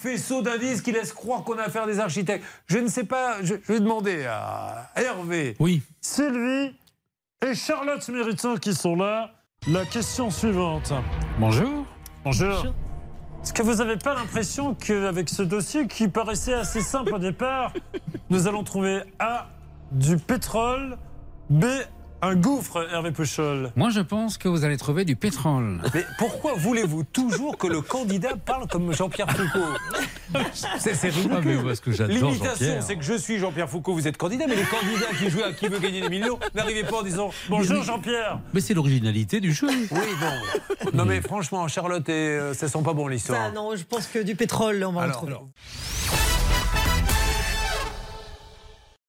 faisceau d'indices qui laisse croire qu'on a affaire à des architectes. Je ne sais pas, je, je vais demander à Hervé. Oui. Sylvie et Charlotte Méritin qui sont là. La question suivante. Bonjour. Bonjour. Est-ce que vous n'avez pas l'impression qu'avec ce dossier qui paraissait assez simple au départ, nous allons trouver A, du pétrole, B, un gouffre, Hervé Pouchol Moi, je pense que vous allez trouver du pétrole. Mais pourquoi voulez-vous toujours que le candidat parle comme Jean-Pierre Foucault C'est c'est Ah, mais ridicule. parce que j'adore L'imitation, Jean-Pierre. c'est que je suis Jean-Pierre Foucault, vous êtes candidat, mais les candidats qui jouent à qui veut gagner des millions n'arrivez pas en disant bonjour. Bonjour Jean-Pierre Mais c'est l'originalité du jeu. Oui, bon. Non, mais franchement, Charlotte, et, euh, ça sent pas bon l'histoire. Ça, non, je pense que du pétrole, on va en Alors, trouver. alors,